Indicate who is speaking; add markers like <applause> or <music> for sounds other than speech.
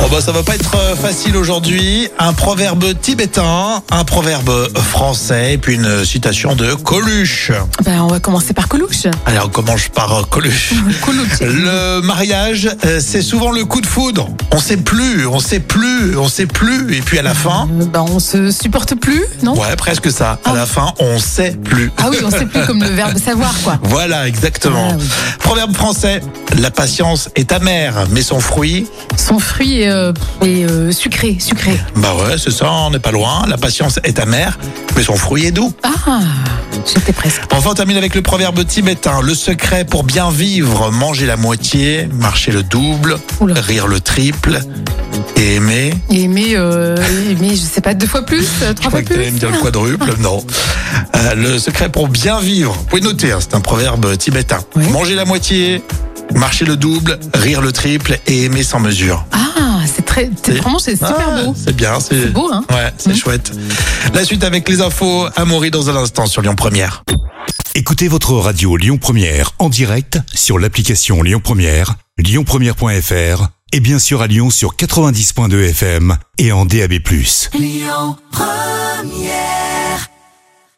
Speaker 1: Oh bah ça va pas être euh, facile aujourd'hui. Un proverbe tibétain, un proverbe français, et puis une citation de Coluche.
Speaker 2: Ben, on va commencer par Coluche.
Speaker 1: Alors on commence par euh, Coluche.
Speaker 2: <laughs> Coluche.
Speaker 1: Le mariage, euh, c'est souvent le coup de foudre. On sait plus, on sait plus, on sait plus, et puis à la fin,
Speaker 2: Euh, ben, on se supporte plus, non
Speaker 1: ouais presque ça. À la fin, on sait plus.
Speaker 2: Ah oui, on sait plus comme le
Speaker 1: <laughs>
Speaker 2: verbe savoir, quoi.
Speaker 1: Voilà exactement.
Speaker 2: Ah oui.
Speaker 1: Proverbe français. La patience est amère, mais son fruit
Speaker 2: Son fruit est, euh, est, euh, sucré, sucré.
Speaker 1: Bah ouais, c'est ça, on n'est pas loin. La patience est amère, mais son fruit est doux.
Speaker 2: Ah, j'étais presque.
Speaker 1: Enfin, on termine avec le proverbe tibétain. Le secret pour bien vivre, manger la moitié, marcher le double,
Speaker 2: Oula.
Speaker 1: rire le triple et aimer.
Speaker 2: Et aimer, euh, aimer, je sais pas, deux fois plus, euh,
Speaker 1: Je
Speaker 2: trois
Speaker 1: croyais
Speaker 2: fois
Speaker 1: que tu
Speaker 2: plus.
Speaker 1: allais me dire le
Speaker 2: <laughs>
Speaker 1: quadruple, non. Euh, le secret pour bien vivre, vous pouvez noter, hein, c'est un proverbe tibétain.
Speaker 2: Oui.
Speaker 1: Manger la moitié, marcher le double, rire le triple et aimer sans mesure.
Speaker 2: Ah, c'est très, c'est- vraiment, c'est super
Speaker 1: Ah,
Speaker 2: beau.
Speaker 1: C'est bien, c'est
Speaker 2: C'est beau, hein
Speaker 1: Ouais, c'est
Speaker 2: Mhm.
Speaker 1: chouette. La suite avec les infos, Amaury dans un instant sur Lyon Première.
Speaker 3: Écoutez votre radio Lyon Première en direct sur l'application Lyon Première, lyonpremière.fr et bien sûr à Lyon sur 90.2 FM et en DAB+.